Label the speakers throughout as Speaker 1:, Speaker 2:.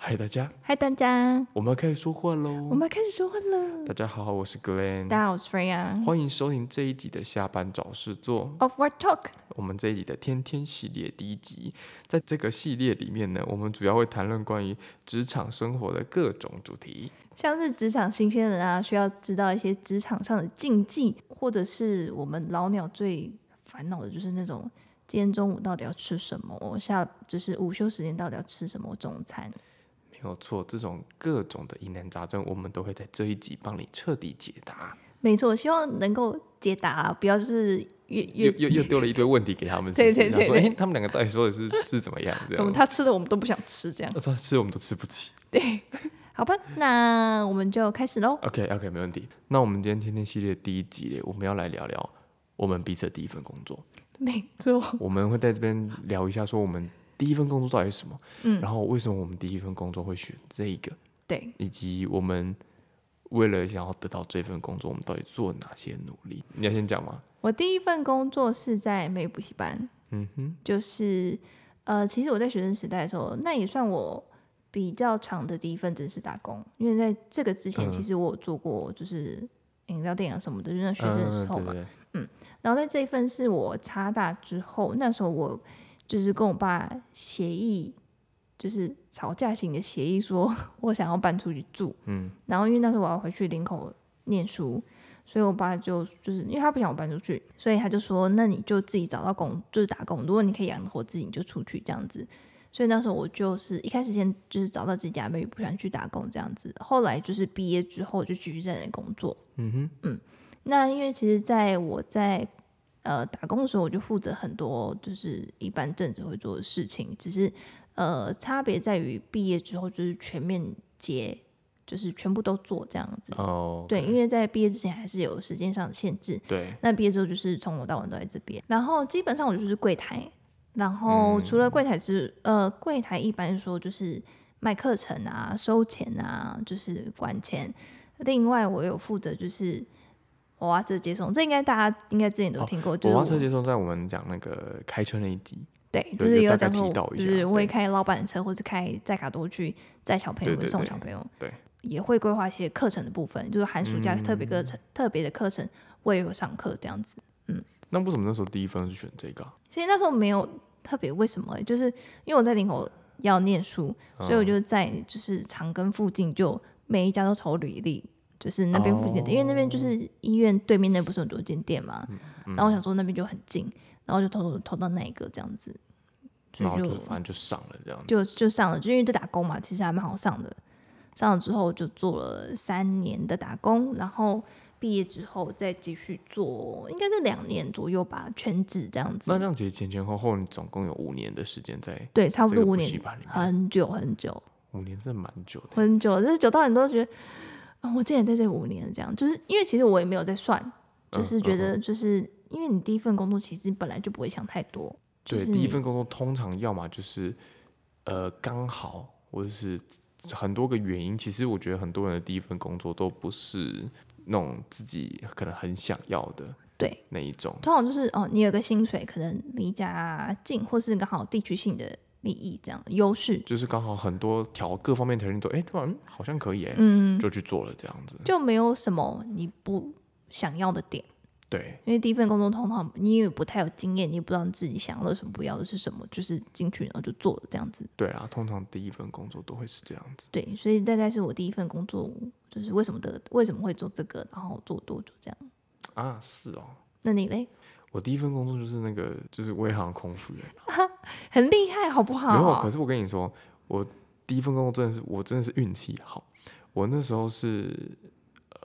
Speaker 1: 嗨，大家，
Speaker 2: 嗨，大家，
Speaker 1: 我们开始说话
Speaker 2: 我
Speaker 1: 喽。
Speaker 2: 们开始说话了。
Speaker 1: 大家好，我是 Glenn，
Speaker 2: 大家好，我是 Freya
Speaker 1: 欢迎收听这一集的下班找事做。
Speaker 2: of Word Talk。
Speaker 1: 我们这一集的天天系列第一集，在这个系列里面呢，我们主要会谈论关于职场生活的各种主题。
Speaker 2: 像是职场新鲜人啊，需要知道一些职场上的禁忌，或者是我们老鸟最烦恼的就是那种今天中午到底要吃什么，我下就是午休时间到底要吃什么中餐。
Speaker 1: 没有错，这种各种的疑难杂症，我们都会在这一集帮你彻底解答。
Speaker 2: 没错，希望能够解答啊，不要就是越
Speaker 1: 又
Speaker 2: 越
Speaker 1: 又又丢了一堆问题给他们，是不是
Speaker 2: 对对对
Speaker 1: 想说
Speaker 2: 对
Speaker 1: 诶他们两个到底说的是是怎么样？这
Speaker 2: 怎么
Speaker 1: 样，
Speaker 2: 他吃的我们都不想吃这样。
Speaker 1: 他说吃我们都吃不起。
Speaker 2: 对，好吧，那我们就开始喽。
Speaker 1: OK OK，没问题。那我们今天天天系列第一集嘞，我们要来聊聊我们彼此的第一份工 作。
Speaker 2: 没错，
Speaker 1: 我们会在这边聊一下，说我们第一份工作到底是什么，
Speaker 2: 嗯
Speaker 1: 然后为什么我们第一份工作会选这个，
Speaker 2: 对，
Speaker 1: 以及我们为了想要得到这份工作，我们到底做哪些努力？你要先讲吗？
Speaker 2: 我第一份工作是在美语补习班。
Speaker 1: 嗯哼，
Speaker 2: 就是呃，其实我在学生时代的时候，那也算我比较长的第一份正式打工，因为在这个之前，
Speaker 1: 嗯
Speaker 2: 其实我有做过就是饮料店啊什么的，就是那学生的时候
Speaker 1: 嗯、
Speaker 2: 嘛。
Speaker 1: 对对对
Speaker 2: 然后在这一份是我插大之后，那时候我就是跟我爸协议，就是吵架型的协议说 我想要搬出去住，
Speaker 1: 嗯，
Speaker 2: 然后因为那时候我要回去林口念书，所以我爸就就是因为他不想我搬出去，所以他就说那你就自己找到工，就是打工，如果你可以养活自己，你就出去这样子。所以那时候我就是一开始先就是找到自己家妹，不想去打工这样子。后来就是毕业之后就继续在那里工作。
Speaker 1: 嗯哼，
Speaker 2: 那因为其实在我在呃打工的时候，我就负责很多就是一般正职会做的事情，只是呃差别在于毕业之后就是全面接，就是全部都做这样子。
Speaker 1: 哦，
Speaker 2: 对，因为在毕业之前还是有时间上的限制，
Speaker 1: 对，
Speaker 2: 那毕业之后就是从头到晚都在这边，然后基本上我就是柜台，然
Speaker 1: 嗯
Speaker 2: 后除了柜台之、呃柜台一般说就是卖课程啊、收钱啊，就是管钱。另外我有负责就是娃娃车接送，这应该大家应该之前都听过，就
Speaker 1: 我
Speaker 2: 是
Speaker 1: 哦忘车
Speaker 2: 我
Speaker 1: 接送在我们讲那个开车那一集，
Speaker 2: 对，就
Speaker 1: 对
Speaker 2: 是
Speaker 1: 有
Speaker 2: 有
Speaker 1: 大
Speaker 2: 讲
Speaker 1: 概
Speaker 2: 说
Speaker 1: 提到
Speaker 2: 我，
Speaker 1: 一
Speaker 2: 就
Speaker 1: 下
Speaker 2: 是我
Speaker 1: 对
Speaker 2: 会开老板的车，或是开载卡多去载小朋友
Speaker 1: 对
Speaker 2: 跟
Speaker 1: 对
Speaker 2: 送
Speaker 1: 对
Speaker 2: 小朋友，
Speaker 1: 对
Speaker 2: 也会规划一些课程的部分，就是寒暑假特别课
Speaker 1: 嗯
Speaker 2: 程、特别的课程，我也有上课这样子。
Speaker 1: 那为什么那时候第一份是选这个啊、
Speaker 2: 其实那时候没有特别为什么、欸，就是因为我在林口要念书，所以
Speaker 1: 嗯
Speaker 2: 我就在就是长庚附近就每一家都投履历，就是那边附近的店，因为那
Speaker 1: 哦
Speaker 2: 边就是医院对面那不是有很多间店嘛，
Speaker 1: 嗯
Speaker 2: 然后我想说那边就很近，然后就投投投到那一个这样子，所
Speaker 1: 然后
Speaker 2: 以
Speaker 1: 就
Speaker 2: 就
Speaker 1: 反正就上了这样子。
Speaker 2: 就就上了，就因为就打工嘛，其实还蛮好上的。上了之后就做了三年的打工，然后毕业之后再继续做，应该是两年左右吧，全职这样子。
Speaker 1: 那这样其实前前后后你总共有五年的时间在
Speaker 2: 对，差不
Speaker 1: 这
Speaker 2: 多
Speaker 1: 个
Speaker 2: 哦五
Speaker 1: 补
Speaker 2: 年
Speaker 1: 习，班里面，
Speaker 2: 很久很久
Speaker 1: 五年真的蛮久的。
Speaker 2: 很久，就是久到你都觉得，啊、我竟然在这五年这样，就是因为其实我也没有在算，就
Speaker 1: 嗯
Speaker 2: 是
Speaker 1: 嗯
Speaker 2: 觉
Speaker 1: 嗯
Speaker 2: 得就是、因为你第一份工作其实本来就不会想太多，就
Speaker 1: 对，
Speaker 2: 是
Speaker 1: 第一
Speaker 2: 你
Speaker 1: 份工作通常要么就是呃刚好，或者是很多个原因。其实我觉得很多人的第一份工作都不是那种自己可能很想要的
Speaker 2: 对，
Speaker 1: 那一种。
Speaker 2: 通常就是哦，你有个薪水可能离家近，或是刚好地区性的利益这样优势，
Speaker 1: 就是刚好很多条各方面条件都，哎、突然嗯好像可以、哎、
Speaker 2: 嗯，
Speaker 1: 就去做了这样子。
Speaker 2: 就没有什么你不想要的点。
Speaker 1: 对，
Speaker 2: 因为第一份工作通常你也不太有经验，你也不知道你自己想要的什么，不要的是什么，就是进去然后就做了这样子。
Speaker 1: 对啦，通常第一份工作都会是这样子。
Speaker 2: 对，所以大概是我第一份工作，就是为什么的，为什么会做这个，然后做多久这样。
Speaker 1: 啊，是哦，
Speaker 2: 那你嘞，
Speaker 1: 我第一份工作就是那个，就是外行空服员。
Speaker 2: 很厉害，好不
Speaker 1: 没有，啊
Speaker 2: 好
Speaker 1: 可？是我跟你说，我第一份工作真的是我真的是运气好。我那时候是，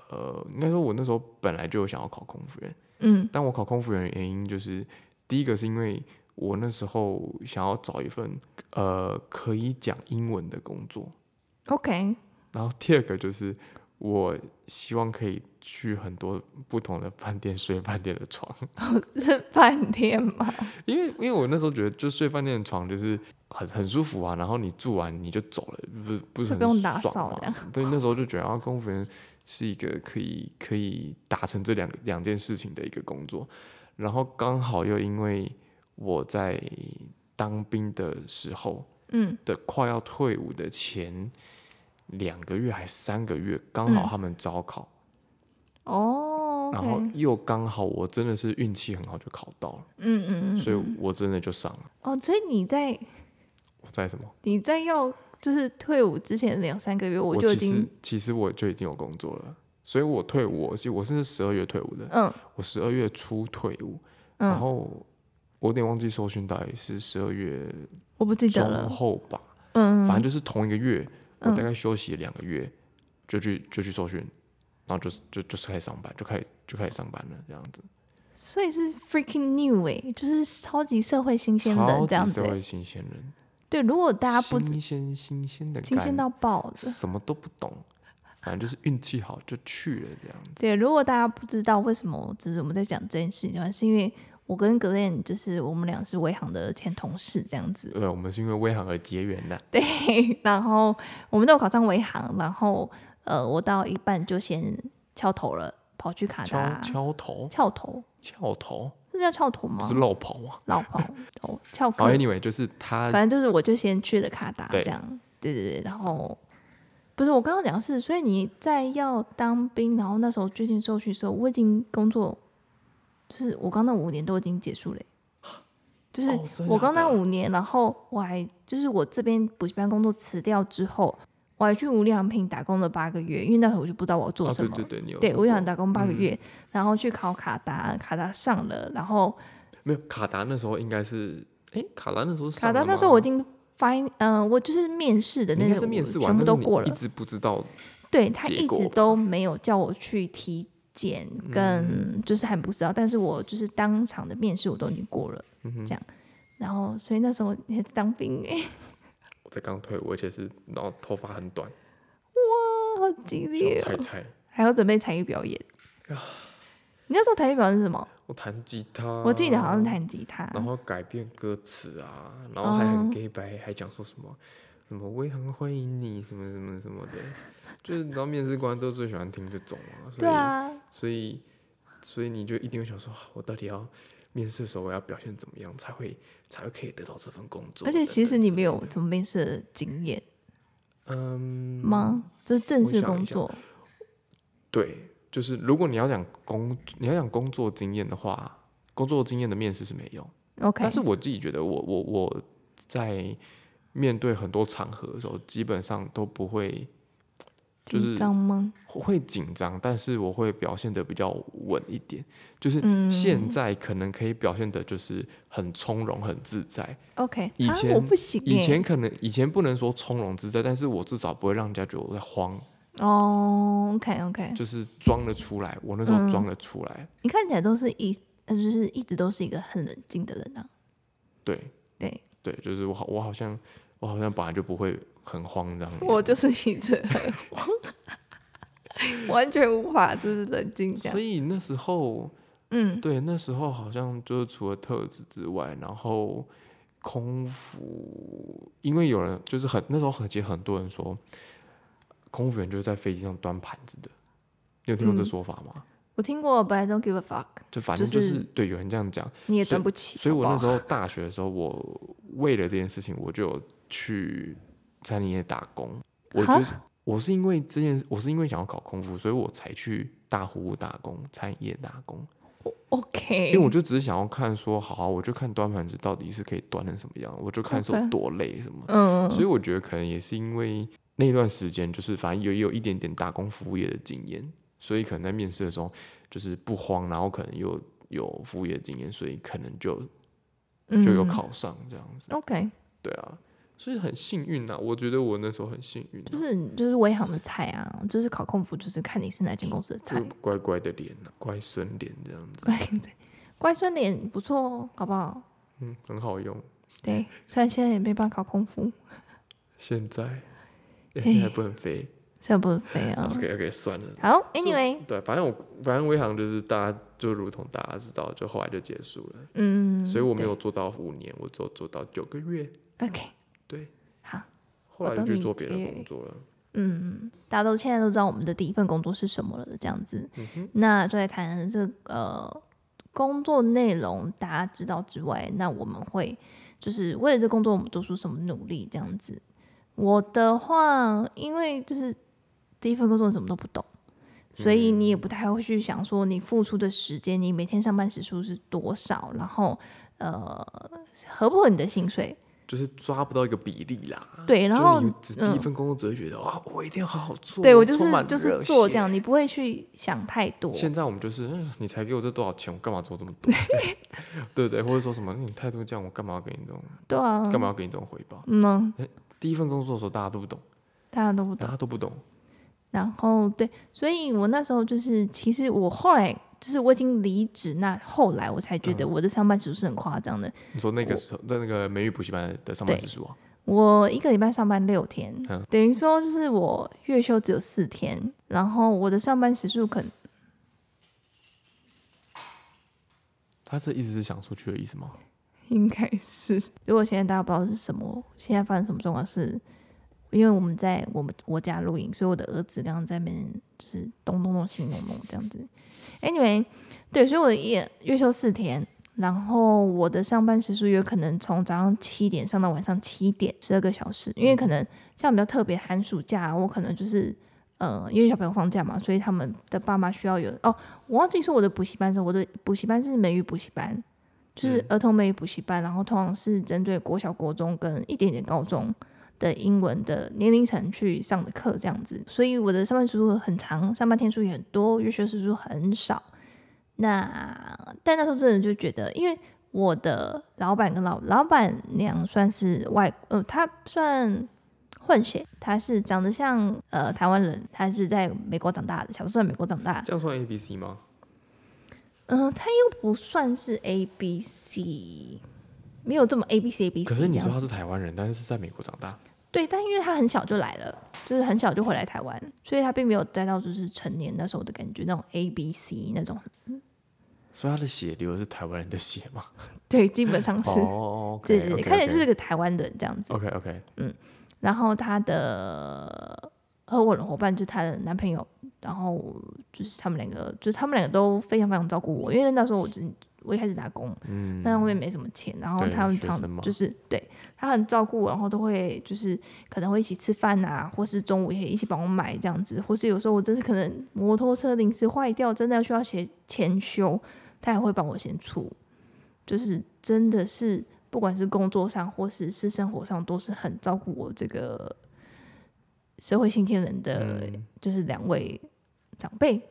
Speaker 1: 呃，应该说我那时候本来就有想要考空服员，
Speaker 2: 嗯
Speaker 1: 但我考空服员的原因就是，第一个是因为我那时候想要找一份呃可以讲英文的工作，
Speaker 2: ，OK，
Speaker 1: 然后第二个就是我希望可以去很多不同的饭店睡饭店的床。
Speaker 2: 是饭店嘛？
Speaker 1: 因为因为我那时候觉得，就睡饭店的床就是很很舒服啊，然后你住完你就走了，不是不是
Speaker 2: 就
Speaker 1: 很
Speaker 2: 不用打
Speaker 1: 爽
Speaker 2: 扫
Speaker 1: 嘛
Speaker 2: 这样
Speaker 1: 对，那时候就觉得啊，公务员是一个可以可以达成这两个两件事情的一个工作，然后刚好又因为我在当兵的时候，
Speaker 2: 嗯
Speaker 1: 的快要退伍的前两个月还三个月，刚好
Speaker 2: 嗯
Speaker 1: 他们招考，
Speaker 2: 哦，OK，
Speaker 1: 然后又刚好我真的是运气很好就考到了，
Speaker 2: 嗯嗯嗯，
Speaker 1: 所以
Speaker 2: 嗯
Speaker 1: 我真的就上了。
Speaker 2: 哦，所以你在
Speaker 1: 我在什么？
Speaker 2: 你在要就是退伍之前两三个月，
Speaker 1: 我
Speaker 2: 就已
Speaker 1: 其实
Speaker 2: 经
Speaker 1: 其实我就已经有工作了，所以我退伍，我是我是十二月退伍的，
Speaker 2: 嗯
Speaker 1: 我十二月初退伍，然
Speaker 2: 嗯，
Speaker 1: 后我有点忘记受训到底是十二月
Speaker 2: 我不记得
Speaker 1: 中
Speaker 2: 了，
Speaker 1: 后吧，
Speaker 2: 嗯，嗯
Speaker 1: 反正就是同一个月，我
Speaker 2: 嗯
Speaker 1: 大概休息两个月，就去就去受训，然后就是就就是开始上班，就开始就开始上班了，这样子，
Speaker 2: 所以是 freaking new 哎、就是超级社会新鲜
Speaker 1: 超
Speaker 2: 人这样
Speaker 1: 级
Speaker 2: 子
Speaker 1: 社
Speaker 2: 欸、
Speaker 1: 会新鲜人，
Speaker 2: 对，如果大家不知
Speaker 1: 新鲜新鲜的
Speaker 2: 新鲜
Speaker 1: 干
Speaker 2: 到爆的，
Speaker 1: 什么都不懂，反正就是运气好就去了这样子。
Speaker 2: 对，如果大家不知道为什么就是我们在讲这件事情的话，是因为我跟格恋就是我们俩是维航的前同事这样子，
Speaker 1: 对，我们是因为威航而结缘的。
Speaker 2: 对，然后我们都有考上维航，然后呃，我到一半就先翘头了，跑去卡
Speaker 1: 敲
Speaker 2: 达
Speaker 1: 敲头，
Speaker 2: 翘头，
Speaker 1: 翘头
Speaker 2: 是叫翘头吗
Speaker 1: 不是？漏跑吗？
Speaker 2: 老跑哦，翘
Speaker 1: 好
Speaker 2: 课，
Speaker 1: ，anyway，就是他
Speaker 2: 反正就是我就先去了卡达
Speaker 1: 对
Speaker 2: 这样，对对对，然后不是我刚刚讲的是，所以你在要当兵，然后那时候军训受训的时候，我已经工作，就是我刚那五年都已经结束了欸、就是
Speaker 1: 哦真的
Speaker 2: 我刚
Speaker 1: 假
Speaker 2: 那
Speaker 1: 的
Speaker 2: 五年，然后我还就是我这边补习班工作辞掉之后，我还去无良品打工了八个月，因为那时候我就不知道我要做
Speaker 1: 哦，
Speaker 2: 什
Speaker 1: 对
Speaker 2: 么，
Speaker 1: 对对，你有
Speaker 2: 对
Speaker 1: 说
Speaker 2: 我想
Speaker 1: 过
Speaker 2: 打工八个
Speaker 1: 嗯
Speaker 2: 月，然后去考卡达，卡达上了，然后
Speaker 1: 没有卡达那时候应该是，哎，卡达那时候是
Speaker 2: 卡
Speaker 1: 上
Speaker 2: 达
Speaker 1: 了
Speaker 2: 那时候我已
Speaker 1: 吗
Speaker 2: 经 fin，嗯、我就是面试的
Speaker 1: 你
Speaker 2: 那
Speaker 1: 应该
Speaker 2: 个，
Speaker 1: 是面试完，
Speaker 2: 全部
Speaker 1: 但是
Speaker 2: 都
Speaker 1: 你
Speaker 2: 过
Speaker 1: 一
Speaker 2: 了。
Speaker 1: 直不知道
Speaker 2: 对他
Speaker 1: 结
Speaker 2: 一
Speaker 1: 果
Speaker 2: 直
Speaker 1: 吧
Speaker 2: 都没有叫我去体检，
Speaker 1: 嗯
Speaker 2: 跟就是还不知道，但是我就是当场的面试我都已经过了，
Speaker 1: 嗯
Speaker 2: 这样。然后，所以那时候你还在当兵哎、
Speaker 1: 我才刚退伍，而且是然后头发很短，
Speaker 2: 哇， 好激
Speaker 1: 想
Speaker 2: 烈、
Speaker 1: 猜
Speaker 2: 哦！
Speaker 1: 猜。
Speaker 2: 还要准备才艺表演。
Speaker 1: 啊
Speaker 2: 你那时候才艺表演是什么？
Speaker 1: 我弹吉他，啊
Speaker 2: 我记得好像是，弹吉他。
Speaker 1: 嗯然后改变歌词啊，然后还
Speaker 2: 哦
Speaker 1: 很 gay 白，还讲说什么什么威航欢迎你，什么什么什么的，就是你知道面试官都最喜欢听这种啊，所
Speaker 2: 对
Speaker 1: 以
Speaker 2: 啊，
Speaker 1: 所以所以你就一定会想说，啊我到底要面试的时候我要表现怎么样才会才会可以得到这份工作？
Speaker 2: 而且其实你没
Speaker 1: 有，
Speaker 2: 有什么面试的经验
Speaker 1: 嗯，
Speaker 2: 吗？就是正
Speaker 1: 我
Speaker 2: 式
Speaker 1: 想一
Speaker 2: 工
Speaker 1: 下
Speaker 2: 作。
Speaker 1: 对，就是如果你要讲工你要讲工作经验的话，工作经验的面试是没有。
Speaker 2: OK，
Speaker 1: 但是我自己觉得我，我我在面对很多场合的时候，基本上都不会就是
Speaker 2: 紧张吗？
Speaker 1: 会紧张，但是我会表现的比较稳一点。就是
Speaker 2: 嗯
Speaker 1: 现在可能可以表现的就是很从容、很自在。
Speaker 2: OK，
Speaker 1: 以
Speaker 2: 啊
Speaker 1: 前
Speaker 2: 我不行欸、
Speaker 1: 以前可能以前不能说从容自在，但是我至少不会让人家觉得我在慌，
Speaker 2: 哦，OK OK，
Speaker 1: 就是装得出来。我那时候
Speaker 2: 嗯
Speaker 1: 装得出来，
Speaker 2: 你看起来都是一，呃，就是一直都是一个很冷静的人啊。
Speaker 1: 对
Speaker 2: 对，
Speaker 1: 对，就是我好我好像我好像本来就不会很慌 张一样。
Speaker 2: 是一直 完全无法就是冷静
Speaker 1: 所。以那时候
Speaker 2: 嗯，
Speaker 1: 对，那时候好像就是除了特质之外，然后空服，因为有人就是很那时候很其实很多人说，空服员就是在飞机上端盘子的，你有听过这
Speaker 2: 嗯
Speaker 1: 说法吗？
Speaker 2: 我听过，but I don't give a fuck，
Speaker 1: 就反
Speaker 2: 就
Speaker 1: 正就是、
Speaker 2: 是
Speaker 1: 对有人这样讲，
Speaker 2: 你也
Speaker 1: 所以
Speaker 2: 端不起。
Speaker 1: 所以我那时
Speaker 2: 候
Speaker 1: 候大学的时候，我为了这件事情，我就有去餐饮业打工。我就
Speaker 2: 哈
Speaker 1: 我是因为这件，我是因为想要考空服，所以我才去大湖打工，餐饮业打工。
Speaker 2: OK，
Speaker 1: 因为我就只是想要看说，好啊、我就看端盘子到底是可以端成什么样，我就看是有
Speaker 2: OK
Speaker 1: 多累什么。
Speaker 2: 嗯，
Speaker 1: 所以我觉得可能也是因为那段时间，就是反正有有一点点打工服务业的经验，所以可能在面试的时候就是不慌，然后可能又有服务业的经验，所以可能就
Speaker 2: 以
Speaker 1: 就有、考上这样子。
Speaker 2: 嗯 OK，
Speaker 1: 对啊，所以很幸运呐、我觉得我那时候很幸运、
Speaker 2: 就
Speaker 1: 啊，
Speaker 2: 是就是维航的菜啊，就是考空服，就是看你是哪间公司的菜
Speaker 1: 就。乖乖的脸啊，乖孙脸这样子，
Speaker 2: 乖乖孙脸不错哦，好不好？
Speaker 1: 嗯，很好用。
Speaker 2: 对，虽然现在也没办法考空腹，
Speaker 1: 现在。欸、
Speaker 2: 嘿
Speaker 1: 现在不能飞、
Speaker 2: 现在不能飞啊
Speaker 1: o。k OK，算了，
Speaker 2: 好，Anyway，
Speaker 1: 对，啊反正我反正微航就是大家就如同大家知道，就后来就结束了，
Speaker 2: 嗯，
Speaker 1: 所以我没有做到五年，我只有做到九个月，
Speaker 2: 对 OK，
Speaker 1: 对，
Speaker 2: 好，
Speaker 1: 后来
Speaker 2: 我
Speaker 1: 就
Speaker 2: 懂
Speaker 1: 去
Speaker 2: 你
Speaker 1: 做别的
Speaker 2: 这
Speaker 1: 工作了。
Speaker 2: 嗯，大家都现在都知道我们的第一份工作是什么了，这样子。
Speaker 1: 嗯哼，
Speaker 2: 那就在谈这个、呃、工作内容，大家知道之外，那我们会就是为了这工作我们做出什么努力这样子。我的话，因为就是第一份工作什么都不懂，所以你
Speaker 1: 嗯
Speaker 2: 也不太会去想说你付出的时间，你每天上班时数是多少，然后呃合不合你的薪水？
Speaker 1: 就是抓不到一个比例啦。
Speaker 2: 对，然后
Speaker 1: 就你只第
Speaker 2: 嗯
Speaker 1: 一份工作只会觉得啊、我一定要好好做，
Speaker 2: 对我就
Speaker 1: 充满
Speaker 2: 是就是
Speaker 1: 热
Speaker 2: 做
Speaker 1: 血
Speaker 2: 这。样，你不会去想太多。
Speaker 1: 现在我们就是，嗯你才给我这多少钱，我干嘛做这么多？ 对不对，或者说什么，你态度这样，我干嘛要给你这种，
Speaker 2: 对啊，
Speaker 1: 干嘛要给你这种回报？哎
Speaker 2: 嗯啊、
Speaker 1: 第一份工作的时候，大家都不懂，
Speaker 2: 大家都不懂
Speaker 1: 大。家都不懂，
Speaker 2: 然后对，所以我那时候就是，其实我后来就是我已经离职，那后来我才
Speaker 1: 嗯
Speaker 2: 觉得我的上班时数是很夸张的。
Speaker 1: 你说那个时候在那个美语补习班的上班
Speaker 2: 对
Speaker 1: 时数啊，
Speaker 2: 我一个礼拜上班六天，
Speaker 1: 嗯
Speaker 2: 等于说就是我月休只有四天，然后我的上班时数可能
Speaker 1: 他这一直是想出去的意思吗？
Speaker 2: 应该是，如果现在大家不知道是什么，现在发生什么状况是，因为我们在我们我家录影，所以我的儿子刚刚在那边就是东东东西弄弄这样子。Anyway，对，所以我的月月休四天，然后我的上班时数有可能从早上七点上到晚上七点，十二个小时，因为可能像比较特别寒暑假，我可能就是。呃，因为小朋友放假嘛，所以他们的爸妈需要有哦。我忘记说我的补习班是我的补习班是美语补习班，就是
Speaker 1: 嗯
Speaker 2: 儿童美语补习班，然后通常是针对国小、国中跟一点点高中的英文的年龄层去上的课这样子。所以我的上班时数很长，上班天数也很多，月休时数很少。那但那时候真的就觉得，因为我的老板跟老老板娘算是外，呃，她算混血，她是长得像呃台湾人，她是在美国长大的，小时候在美国长大，
Speaker 1: 这样算 A B C 吗？
Speaker 2: 嗯、他又不算是 A B C，没有这么 A B C A B C
Speaker 1: 可
Speaker 2: 这样
Speaker 1: 是你
Speaker 2: 子。
Speaker 1: 说他是台湾人，但是是在美国长大，
Speaker 2: 对，但因为他很小就来了，就是很小就回来台湾，所以他并没有待到就是成年那时候的感觉，那种 A B C 那种。
Speaker 1: 所以他的血流的是台湾人的血吗？
Speaker 2: 对，基本 上是，
Speaker 1: 哦，OK，
Speaker 2: 对对对
Speaker 1: OK，
Speaker 2: 看起来就
Speaker 1: OK
Speaker 2: 是个台湾人这样子。
Speaker 1: OK OK，
Speaker 2: 然后她的合伙人伙伴就是她的男朋友，然后就是他们两个，就是他们两个都非常非常照顾我，因为那时候我只我一开始打工，
Speaker 1: 嗯，
Speaker 2: 但我也没什么钱，然后
Speaker 1: 对
Speaker 2: 他们
Speaker 1: 学生
Speaker 2: 常
Speaker 1: 嘛
Speaker 2: 就是对他很照顾我，然后都会就是可能会一起吃饭啊，或是中午也一起帮我买这样子，或是有时候我真是可能摩托车临时坏掉，真的需要写钱修，他也会帮我先出，就是真的是不管是工作上或是是生活上，都是很照顾我这个社会新鲜人的，
Speaker 1: 嗯
Speaker 2: 就是两位长辈。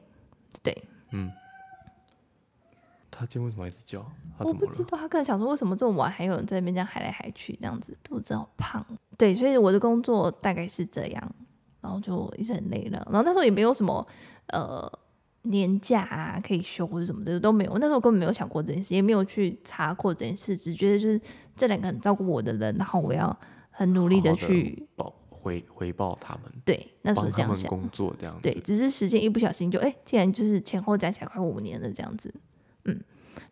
Speaker 1: 他今天为什么一直叫？他
Speaker 2: 我
Speaker 1: 怎
Speaker 2: 不
Speaker 1: 么
Speaker 2: 知
Speaker 1: 了？
Speaker 2: 道，他可能想说为什么这么晚还有人在那边这样海来海去这样子，肚子好胖。哦对，所以我的工作大概是这样，然后就一直很累了。然后那时候也没有什么呃年假啊可以休或者什么的都没有，那时候根本没有想过这件事，也没有去查过这件事，只觉得就是这两个很照顾我的人，然后我要很努力
Speaker 1: 好
Speaker 2: 的
Speaker 1: 好地
Speaker 2: 去
Speaker 1: 报回回报他们，
Speaker 2: 对，那时候
Speaker 1: 帮
Speaker 2: 是
Speaker 1: 他
Speaker 2: 这样
Speaker 1: 们
Speaker 2: 想。
Speaker 1: 工作这样子。
Speaker 2: 对，只是时间一不小心就哎、竟然就是前后加起来快五年了这样子，嗯，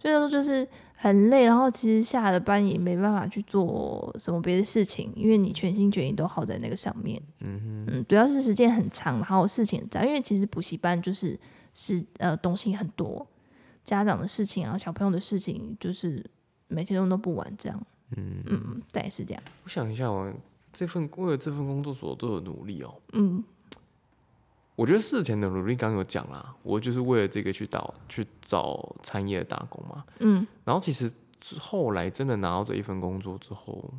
Speaker 2: 所以说就是很累，然后其实下了班也没办法去做什么别的事情，因为你全心全意都耗在那个上面，
Speaker 1: 嗯
Speaker 2: 嗯，主要是时间很长，然后事情很杂，因为其实补习班就是是呃东西很多，家长的事情啊，小朋友的事情，就是每天都弄不完这样，
Speaker 1: 哼，嗯，
Speaker 2: 嗯，大概是这样，
Speaker 1: 我想一下哦，这份为了这份工作所做的努力哦，
Speaker 2: 嗯，
Speaker 1: 我觉得事前的努力刚刚有讲啦，我就是为了这个去到去找餐业打工嘛。
Speaker 2: 嗯，
Speaker 1: 然后其实后来真的拿到这一份工作之后，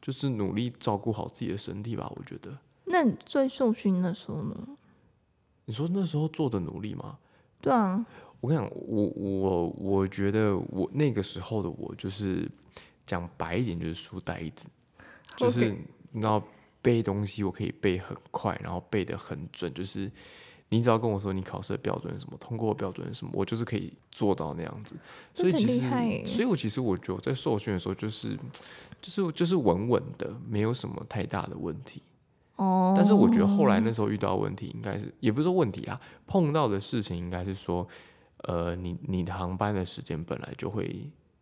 Speaker 1: 就是努力照顾好自己的身体吧。我觉得
Speaker 2: 那你最受训的时候呢？
Speaker 1: 你说那时候做的努力吗？
Speaker 2: 对啊，
Speaker 1: 我跟你讲，我我我觉得我那个时候的我就是讲白一点就是书呆子，就是
Speaker 2: OK
Speaker 1: 你知道背东西我可以背很快，然后背得很准，就是你只要跟我说你考试的标准是什么，通过的标准是什么，我就是可以做到那样子。所以
Speaker 2: 那
Speaker 1: 其
Speaker 2: 很
Speaker 1: 实
Speaker 2: 厉害欸耶，
Speaker 1: 所以我其实我觉得我在受训的时候就是就是就是稳稳的，没有什么太大的问题。
Speaker 2: 哦，
Speaker 1: 但是我觉得后来那时候遇到的问题，应该是也不是说问题啦，碰到的事情应该是说，呃，你你的航班的时间本来就会，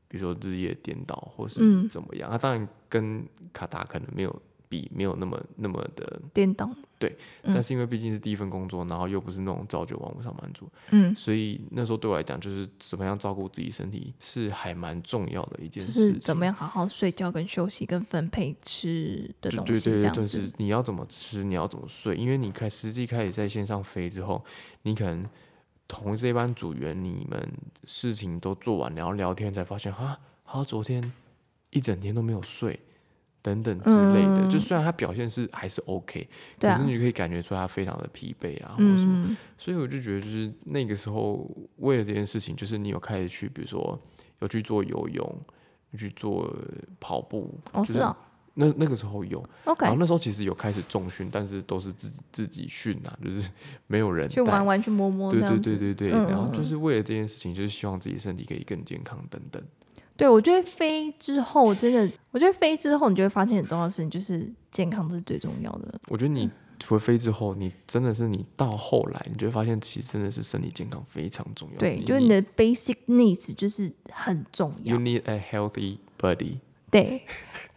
Speaker 1: 比如说日夜颠倒或是
Speaker 2: 嗯
Speaker 1: 怎么样，那、当然跟卡达可能没有比没有那么那么的，
Speaker 2: 电动，嗯
Speaker 1: 但是因为毕竟是第一份工作，然后又不是那种朝九晚五上班族，
Speaker 2: 嗯，
Speaker 1: 所以那时候对我来讲，就是怎么样照顾自己身体是还蛮重要的一件
Speaker 2: 就
Speaker 1: 事情。
Speaker 2: 是怎么样好好睡觉、跟休息、跟分配吃的
Speaker 1: 对
Speaker 2: 东
Speaker 1: 对
Speaker 2: 西这
Speaker 1: 对对，
Speaker 2: 样
Speaker 1: 就
Speaker 2: 子
Speaker 1: 是。你要怎么吃，你要怎么睡，因为你开实际开始在线上飞之后，你可能同这班组员你们事情都做完，然后聊天才发现啊，他昨天一整天都没有睡，等等之类的。就
Speaker 2: 嗯
Speaker 1: 虽然他表现是还是 OK，、
Speaker 2: 对
Speaker 1: 可
Speaker 2: 啊
Speaker 1: 是，你可以感觉出他非常的疲惫啊，或者什么。
Speaker 2: 嗯，
Speaker 1: 所以我就觉得，就是那个时候为了这件事情，就是你有开始去，比如说有去做游泳，有去做跑步。
Speaker 2: 哦
Speaker 1: 就是
Speaker 2: 哦
Speaker 1: 那那个时候有。然后
Speaker 2: ，OK，
Speaker 1: 那时候其实有开始重训，但是都是自己自己训啊，就是 没有人
Speaker 2: 去
Speaker 1: 带
Speaker 2: 玩。玩去摸摸这
Speaker 1: 对
Speaker 2: 样
Speaker 1: 对
Speaker 2: 子。
Speaker 1: 对对对，
Speaker 2: 嗯
Speaker 1: 然后就
Speaker 2: 嗯
Speaker 1: 是为了这件事情，就是希望自己身体可以更健康等等。
Speaker 2: 对，我觉得飞之后真的，我觉得飞之后你就会发现很重要的事情就是健康是最重要的。
Speaker 1: 我觉得你除了飞之后，你真的是你到后来，你就会发现，其实真的是身体健康非常重要。
Speaker 2: 对，就是你的 basic needs 就是很重
Speaker 1: you
Speaker 2: 要。
Speaker 1: need a healthy body。
Speaker 2: 对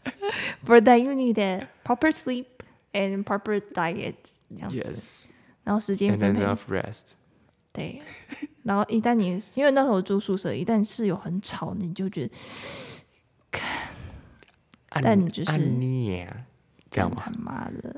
Speaker 2: ，for that you need a proper sleep and proper diet 这样子
Speaker 1: Yes,
Speaker 2: 然后时间
Speaker 1: and
Speaker 2: 分配
Speaker 1: enough rest.
Speaker 2: 对，然后一旦你因为那时候我住宿舍，一旦室友很吵，你就觉得
Speaker 1: 按
Speaker 2: 但就是
Speaker 1: 按你啊这样吗？
Speaker 2: 他妈的，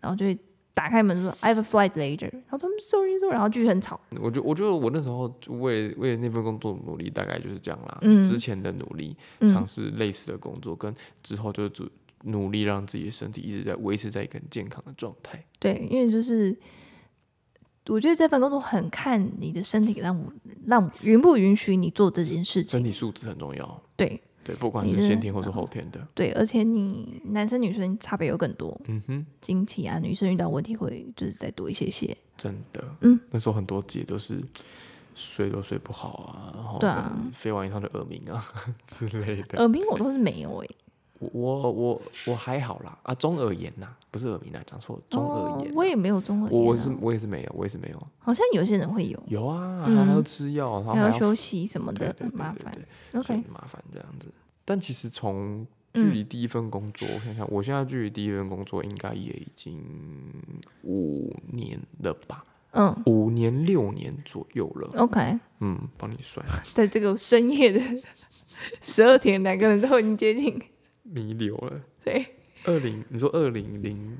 Speaker 2: 然后就会打开门说 I have a flight later，然后他们 sorry sorry，然后继续很吵。
Speaker 1: 我觉我觉得我那时候就为为了那份工作努力，大概就是这样啦。
Speaker 2: 嗯
Speaker 1: 之前的努力，尝
Speaker 2: 嗯，
Speaker 1: 试类似的工作，跟之后就是主努力让自己的身体一直在维持在一个很健康的状态。
Speaker 2: 对，因为就是我觉得这份工作很看你的身体让我让我允不允许你做这件事
Speaker 1: 身
Speaker 2: 情。
Speaker 1: 体素质很重要，
Speaker 2: 对
Speaker 1: 对，不管
Speaker 2: 你
Speaker 1: 是
Speaker 2: 的嗯
Speaker 1: 先天或是后天的。
Speaker 2: 对，而且你男生女生差别有更多，
Speaker 1: 嗯哼，
Speaker 2: 经期啊，女生遇到问题会就是再多一些些。
Speaker 1: 真的。
Speaker 2: 嗯，
Speaker 1: 那时候很多姐都是睡都睡不好啊，然后
Speaker 2: 对啊
Speaker 1: 可能飞完一趟就耳鸣啊 之类的。
Speaker 2: 耳鸣我都是没有诶、欸
Speaker 1: 我我我我还好啦，啊，中耳炎呐、不是耳鸣啊，讲错了，中耳炎、
Speaker 2: 哦，我也没有中耳炎、啊，
Speaker 1: 我我是我也是没有，我也是没有，
Speaker 2: 好像有些人会有，
Speaker 1: 有啊，还还要
Speaker 2: 嗯
Speaker 1: 吃药，然后
Speaker 2: 还要
Speaker 1: 要
Speaker 2: 休息什么
Speaker 1: 对
Speaker 2: 的，
Speaker 1: 对
Speaker 2: 很
Speaker 1: 对
Speaker 2: 麻
Speaker 1: 对
Speaker 2: 烦
Speaker 1: 对。所以
Speaker 2: OK，
Speaker 1: 很麻烦这样子。但其实从距
Speaker 2: 嗯
Speaker 1: 离第一份工作，我想想，我现在距离第一份工作应该也已经五年了吧，
Speaker 2: 嗯
Speaker 1: 五年六年左右了。
Speaker 2: ，OK，
Speaker 1: 嗯，帮你算，
Speaker 2: 在这个深夜的 十二点，两个人都已经 接近。
Speaker 1: 弥留了。
Speaker 2: 对，
Speaker 1: 二零，你说二零零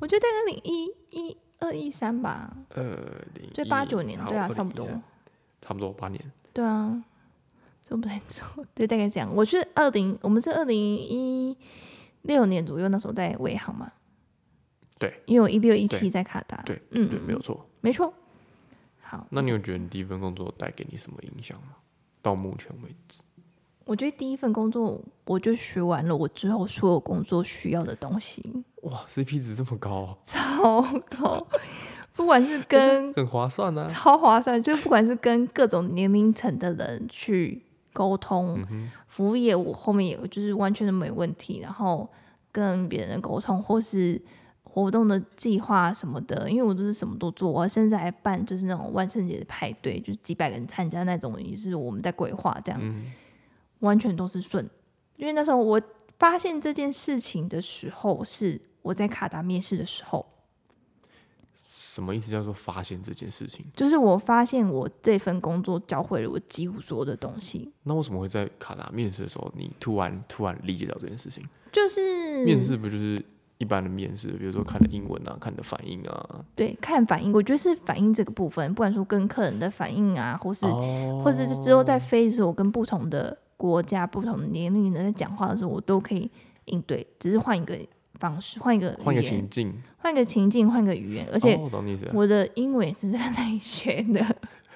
Speaker 2: 我觉得大概零一一二一三吧，
Speaker 1: 二呃零，
Speaker 2: 就八九年，
Speaker 1: 好
Speaker 2: 对啊，
Speaker 1: 2013
Speaker 2: 差不多，
Speaker 1: 差不多八年。
Speaker 2: 对啊，这不太知道，对，大概这样。我是二零，我们是二零一六年左右，那时候在维航嘛。
Speaker 1: 对，
Speaker 2: 因为我一六一
Speaker 1: 对
Speaker 2: 七在卡达，
Speaker 1: 对，
Speaker 2: 嗯，
Speaker 1: 对，没有错。
Speaker 2: 没错。好，
Speaker 1: 那你有觉得你第一份工作带给你什么影响吗？到目前为止，
Speaker 2: 我觉得第一份工作我就学完了我之后所有工作需要的东西，
Speaker 1: 哇，CP 值这么高哦，
Speaker 2: 超高，不 管是跟
Speaker 1: 很划算呢、啊。
Speaker 2: 超划算，就是不管是跟各种年龄层的人去沟通，
Speaker 1: 嗯
Speaker 2: 服务业我后面也就是完全都没问题，然后跟别人的沟通或是。活动的计划什么的，因为我就是什么都做，我甚至还办就是那种万圣节的派对，就是几百个人参加那种，也是我们在规划这样
Speaker 1: 哼，。嗯，
Speaker 2: 完全都是顺。因为那时候我发现这件事情的时候，是我在卡达面试的时候，
Speaker 1: 什么意思叫做发现这件事情？
Speaker 2: 就是我发现我这份工作教会了我几乎所有的东西，
Speaker 1: 那为什么会在卡达面试的时候，你突然突然理解到这件事情？
Speaker 2: 就是
Speaker 1: 面试不就是一般的面试，比如说看的英文啊，看的反应啊，
Speaker 2: 对看反应，我觉得是反应这个部分，不管说跟客人的反应啊，或是、
Speaker 1: 哦
Speaker 2: 或者是之后在飞的时候，我跟不同的国家、不同的年龄的人在讲话的时候，我都可以应对，只是换一个方式，换一个
Speaker 1: 换一个
Speaker 2: 语言
Speaker 1: 情境，
Speaker 2: 换一个情境，换一个语言，而且
Speaker 1: 哦、我懂你意思了，
Speaker 2: 我的英文也是在那里学的。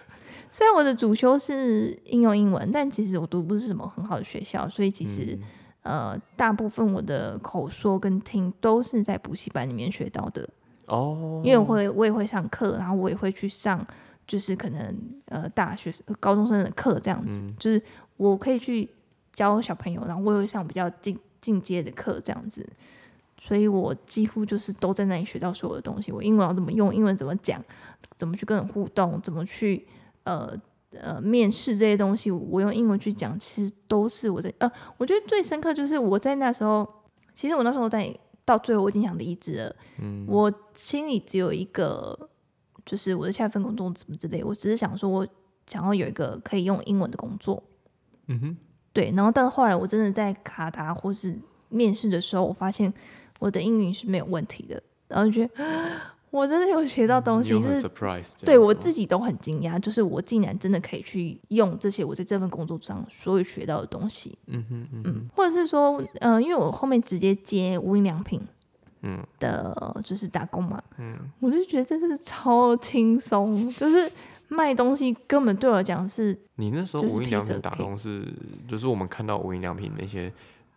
Speaker 2: 虽然我的主修是应用英文，但其实我读不是什么很好的学校，所以其实、
Speaker 1: 嗯
Speaker 2: 呃，大部分我的口说跟听都是在补习班里面学到的，
Speaker 1: 哦，
Speaker 2: 因为我会我也会上课，然后我也会去上就是可能呃大学生高中生的课这样子，
Speaker 1: 嗯
Speaker 2: 就是我可以去教小朋友，然后我也会上比较进进阶的课这样子，所以我几乎就是都在那里学到所有的东西。我英文要怎么用，英文怎么讲，怎么去跟人互动，怎么去呃呃面试这些东西，我用英文去讲，其实都是我在呃，我觉得最深刻就是我在那时候，其实我那时候在到最后我已经想离职了，
Speaker 1: 嗯
Speaker 2: 我心里只有一个，就是我的下一份工作怎么之类，我只是想说我想要有一个可以用英文的工作，
Speaker 1: 嗯哼，
Speaker 2: 对，然后但后来我真的在卡达或是面试的时候，我发现我的英语是没有问题的，然后就觉得我真的有学到
Speaker 1: 嗯
Speaker 2: 东
Speaker 1: 你
Speaker 2: 西，
Speaker 1: 有
Speaker 2: 就
Speaker 1: 很
Speaker 2: 是
Speaker 1: surprise，这
Speaker 2: 对
Speaker 1: 样
Speaker 2: 我
Speaker 1: 子吗
Speaker 2: 自己都很惊讶，就是我竟然真的可以去用这些我在这份工作上所有学到的东西，
Speaker 1: 嗯哼嗯
Speaker 2: 嗯，或者是说，嗯、因为我后面直接接无印良品，
Speaker 1: 嗯
Speaker 2: 的，呃就是打工嘛，
Speaker 1: 嗯
Speaker 2: 我就觉得真是超轻松，就是卖东西根本对我来讲是
Speaker 1: 你那时候
Speaker 2: 就是
Speaker 1: 无印良品
Speaker 2: pizza
Speaker 1: 打
Speaker 2: cake
Speaker 1: 工是，就是我们看到无印良品那些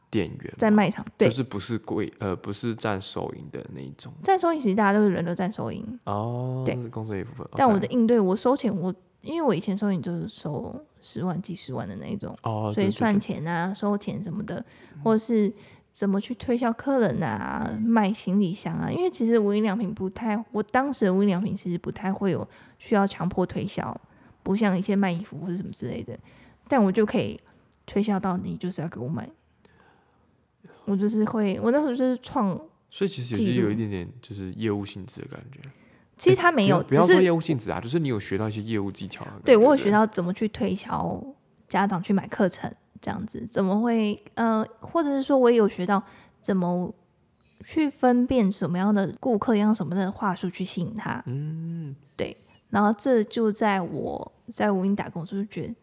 Speaker 1: 店员
Speaker 2: 在
Speaker 1: 嘛，
Speaker 2: 卖场，对，
Speaker 1: 嗯就是不是贵呃不是占收银的那一种
Speaker 2: 站收银其实大家都是人流站收银，
Speaker 1: 哦，
Speaker 2: 对
Speaker 1: 这是工作一部分。
Speaker 2: 但
Speaker 1: OK
Speaker 2: 我的应对我收钱，我因为我以前收银就是收十万几十万的那一种，
Speaker 1: 哦，
Speaker 2: 所
Speaker 1: 对
Speaker 2: 以
Speaker 1: 对
Speaker 2: 算
Speaker 1: 对嗯
Speaker 2: 钱啊、收钱什么的，或是怎么去推销客人啊、卖行李箱啊。因为其实无印良品不太，我当时的无印良品其实不太会有需要强迫推销，不像一些卖衣服或者什么之类的，但我就可以推销到你就是要给我买。我就是会，我那时候就是创，
Speaker 1: 所以其实
Speaker 2: 记
Speaker 1: 也是有一
Speaker 2: 录
Speaker 1: 点点就是业务性质的感觉。
Speaker 2: 其实他没有，
Speaker 1: 哎不
Speaker 2: 只
Speaker 1: 要不要说
Speaker 2: 是
Speaker 1: 业务性质啊，就是你有学到一些业务技巧的啊感觉。
Speaker 2: 对我有学
Speaker 1: 不
Speaker 2: 到怎么去推销家长去买课程这样子，怎么会呃，或者是说我也有学到怎么去分辨什么样的顾客用什么样的话术去吸引他，
Speaker 1: 嗯，
Speaker 2: 然后这就在我在无印打工的时候就觉得，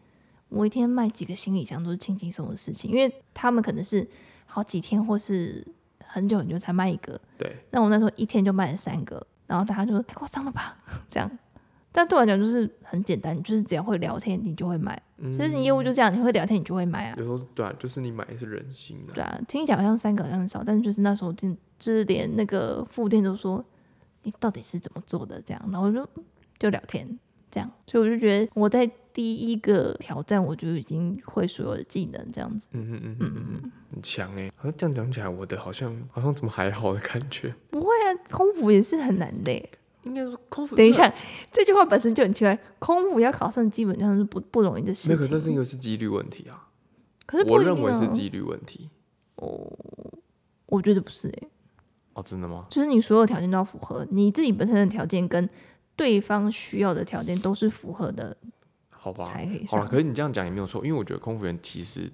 Speaker 2: 我一天卖几个行李箱都是轻轻松松的事情，因为他们可能是好几天或是很久很久才卖一个，
Speaker 1: 对，
Speaker 2: 那我那时候一天就卖了三个，然后大家就说太夸张了吧， 这样。但对我来讲就是很简单，就是只要会聊天，你就会买。
Speaker 1: 嗯
Speaker 2: 其实你业务就这样，你会聊天，你就会买啊。
Speaker 1: 有时候是对啊，就是你买的是人心的、
Speaker 2: 对啊，听起来好像三个好像很少，但是就是那时候店，就是连那个副店都说你到底是怎么做的这样，然后我就嗯就聊天这样，所以我就觉得我在第一个挑战我就已经会所有的技能这样子。
Speaker 1: 嗯嗯嗯嗯嗯，很强哎、好像这样讲起来，我的好像好像怎么还好的感觉。
Speaker 2: 不会啊，空服也是很难的欸。欸
Speaker 1: 应该说空腹，
Speaker 2: 等一下，这句话本身就很奇怪，空服要考上基本上是不不容易的事
Speaker 1: 没
Speaker 2: 情。
Speaker 1: 有，可是那个是几率问题啊。
Speaker 2: 可是不
Speaker 1: 我
Speaker 2: 一定
Speaker 1: 认为是
Speaker 2: 啊
Speaker 1: 几率问题。
Speaker 2: 哦，我觉得不是诶、欸
Speaker 1: 哦，真的吗？
Speaker 2: 就是你所有条件都要符合，你自己本身的条件跟对方需要的条件都是符合的
Speaker 1: 好吧，
Speaker 2: 才可以
Speaker 1: 好了，
Speaker 2: 上。
Speaker 1: 可是你这样讲也没有错，因为我觉得空服员其实，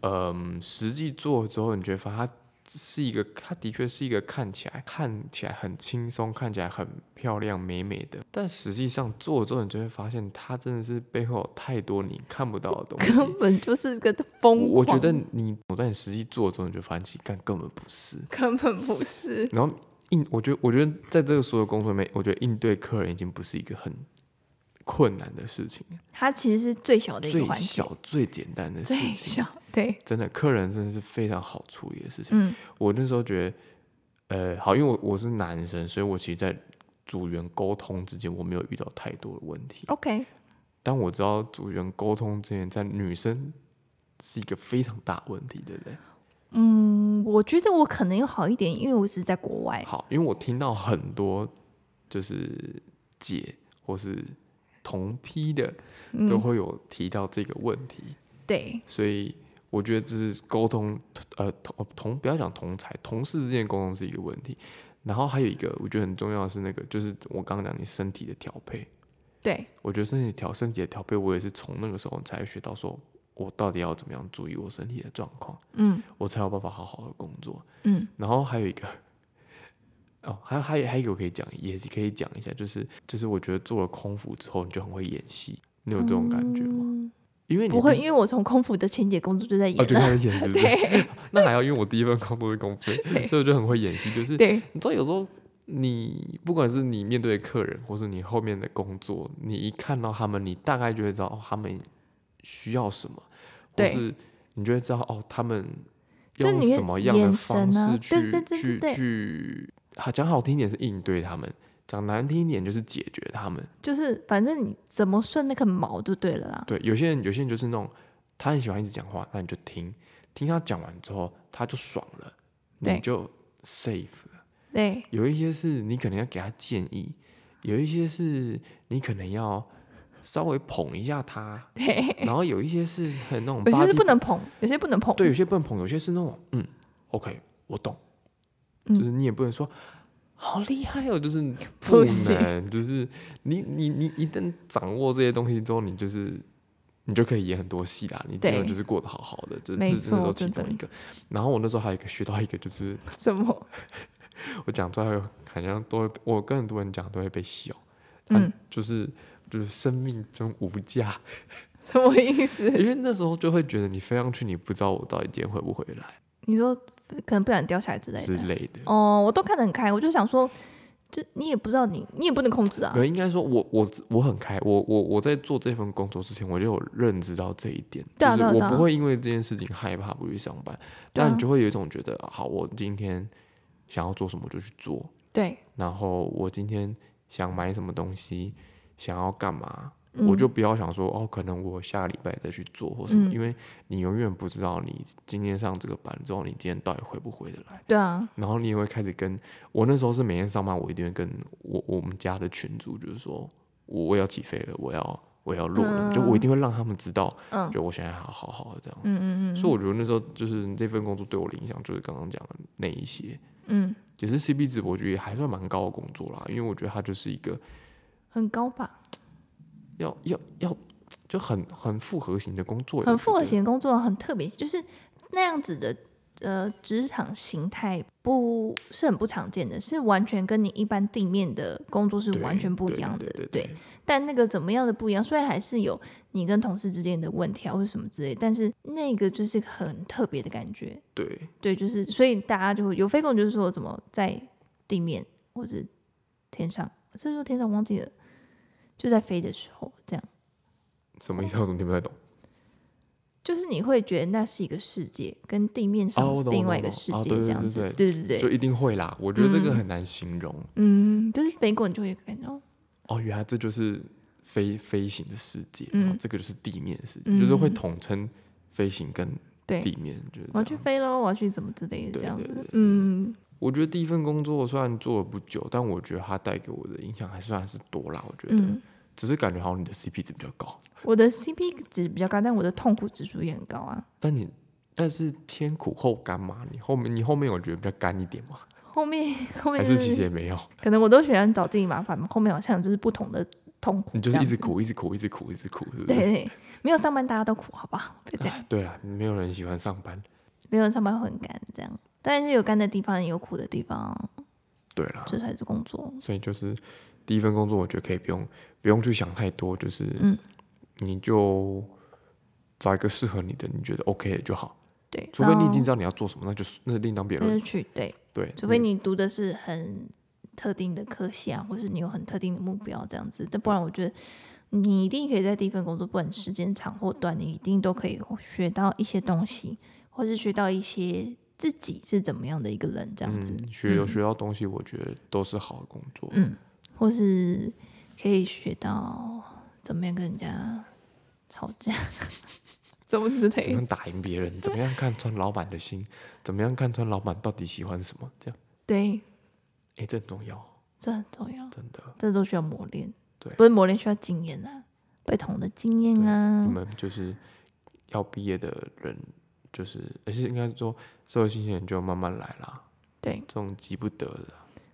Speaker 1: 呃嗯、实际做之后，你觉得发现它是一个，它的确是一个看起来看起来很轻松，看起来很漂亮美美的，但实际上做了之后，你就会发现它真的是背后有太多你看不到的东西。
Speaker 2: 根本就是个
Speaker 1: 我
Speaker 2: 疯狂，
Speaker 1: 我觉得你我在你实际做之后，你就发现其实干根本不是。
Speaker 2: 根本不是。
Speaker 1: 然后应，我觉得我觉得在这个所有工作里面，我觉得应对客人已经不是一个很困难的事情了。
Speaker 2: 它其实是最小的一个
Speaker 1: 最
Speaker 2: 环节，
Speaker 1: 小最简单的事
Speaker 2: 最
Speaker 1: 情，
Speaker 2: 小对，
Speaker 1: 真的客人真的是非常好处理的事情。
Speaker 2: 嗯
Speaker 1: 我那时候觉得，呃，好，因为我我是男生，所以我其实，在组员沟通之间，我没有遇到太多的问题。
Speaker 2: ，OK，
Speaker 1: 但我知道组员沟通之间，在女生是一个非常大问题，对不对？
Speaker 2: 嗯，我觉得我可能要好一点，因为我是在国外，
Speaker 1: 好，因为我听到很多就是姐或是同批的都
Speaker 2: 嗯，
Speaker 1: 会有提到这个问题。
Speaker 2: 对，
Speaker 1: 所以我觉得这是沟通，呃，同同不要讲同才，同事之间的沟通是一个问题。然后还有一个我觉得很重要的是那个，就是我刚刚讲你身体的调配，
Speaker 2: 对，
Speaker 1: 我觉得身体调身体的调配，我也是从那个时候才学到说。我到底要怎么样注意我身体的状况，
Speaker 2: 嗯
Speaker 1: 我才有办法好好的工作。
Speaker 2: 嗯，
Speaker 1: 然后还有一个，哦，还还有还有一个我可以讲，也是可以讲一下，就是就是我觉得做了空腹之后，你就很会演戏，你有这种感觉吗？
Speaker 2: 嗯
Speaker 1: 因为你
Speaker 2: 不会，
Speaker 1: 毕
Speaker 2: 因为我从空腹的前姐工作就在演
Speaker 1: 哦，就
Speaker 2: 了，
Speaker 1: 开始演， 是不是？ 那还要因为我第一份工作是公吹，所以我就很会演戏。就是
Speaker 2: 对，
Speaker 1: 你知道，有时候你不管是你面对的客人，或是你后面的工作，你一看到他们，你大概就会知道、哦、他们需要什么，或
Speaker 2: 对
Speaker 1: 是你就会知道哦，他们
Speaker 2: 就是
Speaker 1: 用
Speaker 2: 你的
Speaker 1: 什么样的
Speaker 2: 眼
Speaker 1: 方
Speaker 2: 神啊
Speaker 1: 式去、
Speaker 2: 对对对对
Speaker 1: 去
Speaker 2: 对
Speaker 1: 去，好讲好听一点是应对他们，讲难听一点就是解决他们。
Speaker 2: 就是反正你怎么顺那个毛就对了啦。
Speaker 1: 对，有些人有些人就是那种，他很喜欢一直讲话，那你就听，听他讲完之后，他就爽了，你
Speaker 2: 对
Speaker 1: 就 safe 了。
Speaker 2: 对，
Speaker 1: 有一些是你可能要给他建议，有一些是你可能要稍微捧一下他，
Speaker 2: 对，
Speaker 1: 然后有一些是很那种，
Speaker 2: 有些是不，能捧，有些不能捧。
Speaker 1: 对，有些不能捧，有些是那种，嗯，OK，我懂，就是你也不能说好厉害哦，就是
Speaker 2: 不行
Speaker 1: 能，就是你你你一旦掌握这些东西之后，你就是你就可以演很多戏啦，你真的
Speaker 2: 对
Speaker 1: 就是过得好好的，这这
Speaker 2: 没
Speaker 1: 是那时候
Speaker 2: 错
Speaker 1: 其
Speaker 2: 真
Speaker 1: 中
Speaker 2: 的
Speaker 1: 一个。然后我那时候还有一个学到一个，就是
Speaker 2: 什么？
Speaker 1: 我讲出来会好像都会，我跟很多人讲都会被笑，啊
Speaker 2: 嗯，
Speaker 1: 就是就是生命真无价，
Speaker 2: 什么意思？
Speaker 1: 因为那时候就会觉得你飞上去，你不知道我到底今天回不回来
Speaker 2: 你说可能不想掉下来之类
Speaker 1: 之
Speaker 2: 的。
Speaker 1: 类的。
Speaker 2: 哦，我都看得很开，我就想说，就你也不知道你，你也不能控制啊
Speaker 1: 没。有，呃应该说我我我很开，我我我在做这份工作之前，我就有认知到这一点，
Speaker 2: 对啊
Speaker 1: 就
Speaker 2: 对啊
Speaker 1: 是
Speaker 2: 对
Speaker 1: 我
Speaker 2: 啊
Speaker 1: 不会因为这件事情害怕不去上班，
Speaker 2: 对啊
Speaker 1: 但你就会有一种觉得，好，我今天想要做什么就去做，
Speaker 2: 对，
Speaker 1: 然后我今天想买什么东西，想要干嘛，
Speaker 2: 嗯
Speaker 1: 我就不要想说哦，可能我下个礼拜再去做或什么，
Speaker 2: 嗯
Speaker 1: 因为你永远不知道你今天上这个班之后，你今天到底回不回得来。
Speaker 2: 对啊，
Speaker 1: 然后你也会开始跟我那时候是每天上班，我一定会跟我我们家的群主，就是说我我要起飞了，我要我要落了，
Speaker 2: 嗯
Speaker 1: 就我一定会让他们知道，
Speaker 2: 嗯
Speaker 1: 就我现在还好好的这样。
Speaker 2: 嗯嗯嗯，
Speaker 1: 所以我觉得那时候就是这份工作对我的影响，就是刚刚讲的那一些，
Speaker 2: 嗯
Speaker 1: 也是 CP 值，我觉得也还算蛮高的工作啦，因为我觉得它就是一个
Speaker 2: 很高吧，
Speaker 1: 要要要就很很复合型的工作，
Speaker 2: 很
Speaker 1: 我觉
Speaker 2: 复合
Speaker 1: 得，
Speaker 2: 型的工作很特别，就是那样子的呃职场形态不是很不常见的，是完全跟你一般地面的工作是
Speaker 1: 对
Speaker 2: 完全不
Speaker 1: 对
Speaker 2: 一样的
Speaker 1: 对，对对对
Speaker 2: 但那个怎么样的不一样，虽然还是有你跟同事之间的问题啊或者什么之类，但是那个就是很特别的感觉。
Speaker 1: 对
Speaker 2: 对，就是所以大家就会有飞共，就是说怎么在地面或是天上，是说天上忘记了，就在飞的时候，这样
Speaker 1: 什么意思？我怎么听不太懂？
Speaker 2: 就是你会觉得那是一个世界，跟地面
Speaker 1: 哦
Speaker 2: 上
Speaker 1: 我
Speaker 2: 是
Speaker 1: 懂
Speaker 2: 另
Speaker 1: 我懂
Speaker 2: 外一个
Speaker 1: 我懂哦
Speaker 2: 世界，
Speaker 1: 对对
Speaker 2: 这样
Speaker 1: 对
Speaker 2: 子。
Speaker 1: 对
Speaker 2: 对对对
Speaker 1: 就一定会啦，我觉得这个
Speaker 2: 嗯
Speaker 1: 很难形容。
Speaker 2: 嗯，就是飞过你就会感觉哦，
Speaker 1: 哦，原来这就是飞飞行的世界，
Speaker 2: 嗯
Speaker 1: 然后这个就是地面世界，就是会
Speaker 2: 嗯
Speaker 1: 统称飞行跟
Speaker 2: 对
Speaker 1: 地面，就是
Speaker 2: 我
Speaker 1: 这
Speaker 2: 要去
Speaker 1: 样。
Speaker 2: 飞喽，我要去怎么之类的
Speaker 1: 对
Speaker 2: 这样
Speaker 1: 对对
Speaker 2: 子
Speaker 1: 对。
Speaker 2: 嗯，
Speaker 1: 我觉得第一份工作虽然做了不久，但我觉得它带给我的影响还算是多啦。我觉得，
Speaker 2: 嗯
Speaker 1: 只是感觉好像你的 CP 值比较高，
Speaker 2: 我的 CP 值比较高，但我的痛苦指数也很高啊。
Speaker 1: 但你但是先苦后甘嘛，你后面你后面有觉得比较甘一点吗？
Speaker 2: 后面后面
Speaker 1: 还
Speaker 2: 就是
Speaker 1: 其实也没有，
Speaker 2: 可能我都喜欢找自己麻烦嘛，后面好像就是不同的痛苦，
Speaker 1: 你就是一直
Speaker 2: 这样子。
Speaker 1: 苦，一直苦，一直苦，一直苦，是不
Speaker 2: 对
Speaker 1: 是？啊
Speaker 2: 对，没有上班大家都苦，好不好？别这样，
Speaker 1: 对啦，没有人喜欢上班。
Speaker 2: 没有人上班会很干，这样。但是有干的地方，也有苦的地方，
Speaker 1: 对啦，
Speaker 2: 这才是工作。
Speaker 1: 所以就是第一份工作，我觉得可以不用不用去想太多，就是
Speaker 2: 嗯
Speaker 1: 你就找一个适合你的，你觉得 OK 的就好。
Speaker 2: 对，
Speaker 1: 除非你已经
Speaker 2: 然
Speaker 1: 知道你要做什么，那就是那另当别
Speaker 2: 后那
Speaker 1: 论。
Speaker 2: 就去对，
Speaker 1: 对，嗯
Speaker 2: 除非你读的是很特定的科系啊，或是你有很特定的目标这样子，但不然我觉得你一定可以在第一份工作，不管时间长或短，你一定都可以学到一些东西，或是学到一些自己是怎么样的一个人这样子。
Speaker 1: 嗯，学有学到东西，我觉得都是好的工作。
Speaker 2: 嗯，或是可以学到怎么样跟人家吵架，怎么
Speaker 1: 怎
Speaker 2: 之
Speaker 1: 么
Speaker 2: 类的。
Speaker 1: 样打赢别人？怎么样看穿老板的心？怎么样看穿老板到底喜欢什么？这样，
Speaker 2: 对，
Speaker 1: 哎，这很重要，
Speaker 2: 这很重要，
Speaker 1: 真的。
Speaker 2: 这都需要磨练。
Speaker 1: 对
Speaker 2: 不是磨练需要经验啊，不同的经验
Speaker 1: 你
Speaker 2: 啊。
Speaker 1: 们就是要毕业的人，就是而且应该说，社会新鲜人就慢慢来啦，
Speaker 2: 对，
Speaker 1: 这种急不得的。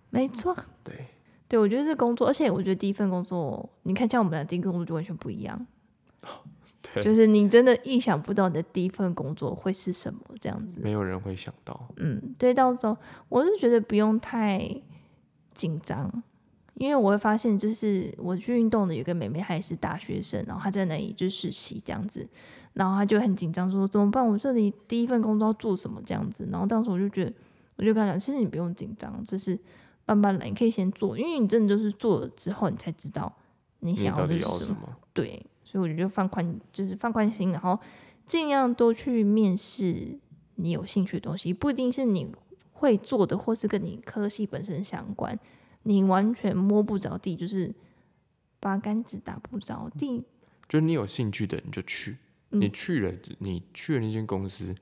Speaker 2: 没错。
Speaker 1: 对，
Speaker 2: 对，我觉得这工作，而且我觉得第一份工作，你看像我们俩第一个工作就完全不一样，
Speaker 1: 对
Speaker 2: 就是你真的意想不到你的第一份工作会是什么这样子。
Speaker 1: 没有人会想到，
Speaker 2: 嗯，对，到时候我是觉得不用太紧张，因为我会发现，就是我去运动的有个妹妹，她也是大学生，然后她在那里就实习这样子，然后她就很紧张，说怎么办？我这里第一份工作要做什么这样子？然后当时我就觉得，我就跟她讲，其实你不用紧张，就是慢慢来，你可以先做，因为你真的就是做了之后，你才知道你
Speaker 1: 你
Speaker 2: 想
Speaker 1: 到
Speaker 2: 要的
Speaker 1: 底
Speaker 2: 是
Speaker 1: 要
Speaker 2: 什
Speaker 1: 什
Speaker 2: 么。
Speaker 1: 么？
Speaker 2: 对，所以我觉得放宽就是放宽心，然后尽量多去面试你有兴趣的东西，不一定是你会做的，或是跟你科系本身相关，你完全摸不着地，就是八竿子打不着地。
Speaker 1: 就是你有兴趣的你就去，
Speaker 2: 嗯
Speaker 1: 你去了，你去了那间公司，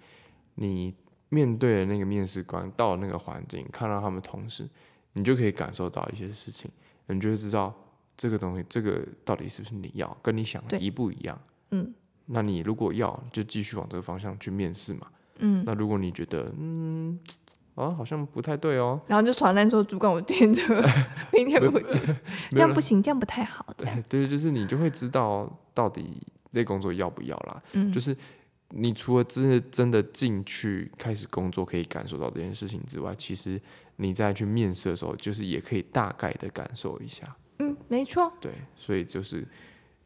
Speaker 1: 你面对了那个面试官，到了那个环境，看到他们同事，你就可以感受到一些事情，你就会知道这个东西，这个到底是不是你要，跟你想的
Speaker 2: 对
Speaker 1: 一不一样。
Speaker 2: 嗯
Speaker 1: 那你如果要，就继续往这个方向去面试嘛。
Speaker 2: 嗯，
Speaker 1: 那如果你觉得，嗯，啊，好像不太对哦，
Speaker 2: 然后就传烂说主管我今 天就明天不去，这
Speaker 1: 没有
Speaker 2: 样
Speaker 1: 啦
Speaker 2: 不行，这样不太好，这样，
Speaker 1: 对对，就是你就会知道到底这工作要不要啦。
Speaker 2: 嗯，
Speaker 1: 就是你除了真的真的进去开始工作，可以感受到这件事情之外，其实你在去面试的时候，就是也可以大概的感受一下。
Speaker 2: 嗯，没错，
Speaker 1: 对，所以就是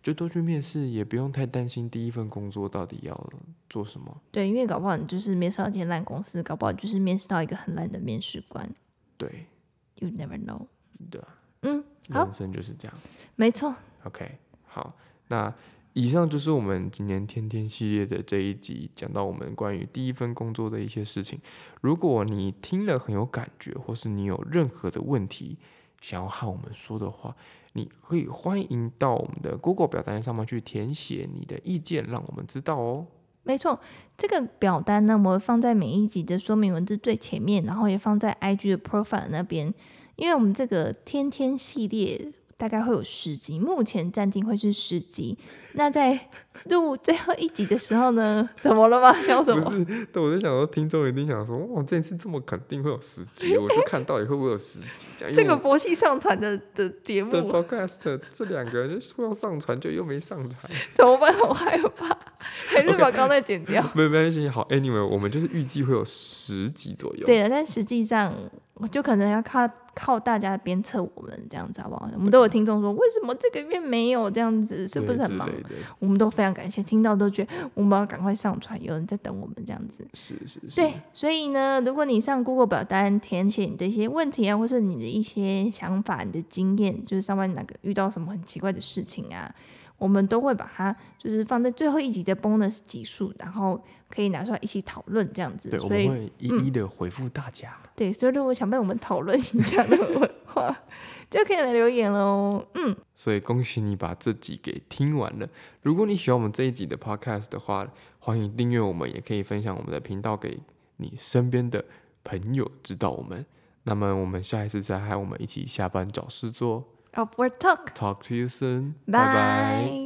Speaker 1: 就多去面试，也不用太担心第一份工作到底要做什么。
Speaker 2: 对，因为搞不好你就是面试到一间烂公司，搞不好就是面试到一个很烂的面试官
Speaker 1: 对，
Speaker 2: ，you never know，
Speaker 1: 对啊，
Speaker 2: 嗯，好
Speaker 1: 人，生就是这样。
Speaker 2: 没错，
Speaker 1: OK，好，那以上就是我们今年天天系列的这一集，讲到我们关于第一份工作的一些事情。如果你听了很有感觉，或是你有任何的问题想要和我们说的话，你可以欢迎到我们的 Google 表单上面去填写你的意见，让我们知道哦。
Speaker 2: 没错，这个表单呢，我会放在每一集的说明文字最前面，然后也放在 IG 的 profile 那边。因为我们这个天天系列大概会有十集，目前暂定会是十集。那在录最后一集的时候呢，怎么了吗？笑什么？
Speaker 1: 是，对，我在想说，听众一定想说，哇，这次这么肯定会有十集，我就看到底会不会有十集这样。
Speaker 2: 这个博系上传的的节目
Speaker 1: 的 podcast 这两个人说要上传，就又没上传。
Speaker 2: 怎么办？我害怕，还是把刚才剪掉。
Speaker 1: 没没关系，好，Anyway，我们就是预计会有十集左右。
Speaker 2: 对了，但实际上我就可能要靠靠大家鞭策我们这样子好不好？我们都有听众说，为什么这个月没有这样子，是
Speaker 1: 对，
Speaker 2: 不是很忙
Speaker 1: 之？类的
Speaker 2: 我们都非常感谢，听到都觉得我们要赶快上传，有人在等我们这样子。
Speaker 1: 是是是，
Speaker 2: 对，所以呢，如果你上 Google 表单填写你的一些问题啊，或是你的一些想法、你的经验，就是上班哪个遇到什么很奇怪的事情啊，我们都会把它就是放在最后一集的 bonus 集数，然后可以拿出来一起讨论这样子。
Speaker 1: 对，我
Speaker 2: 所
Speaker 1: 们
Speaker 2: 以嗯
Speaker 1: 会一一的回复大家。
Speaker 2: 对，所以如果想被我们讨论一下的文化，就可以来留言喽。嗯，
Speaker 1: 所以恭喜你把这集给听完了。如果你喜欢我们这一集的 podcast 的话，欢迎订阅我们，也可以分享我们的频道给你身边的朋友知道我们。那么我们下一次再和我们一起下班找事做。
Speaker 2: Upward Talk，
Speaker 1: Talk to you soon，
Speaker 2: 拜拜。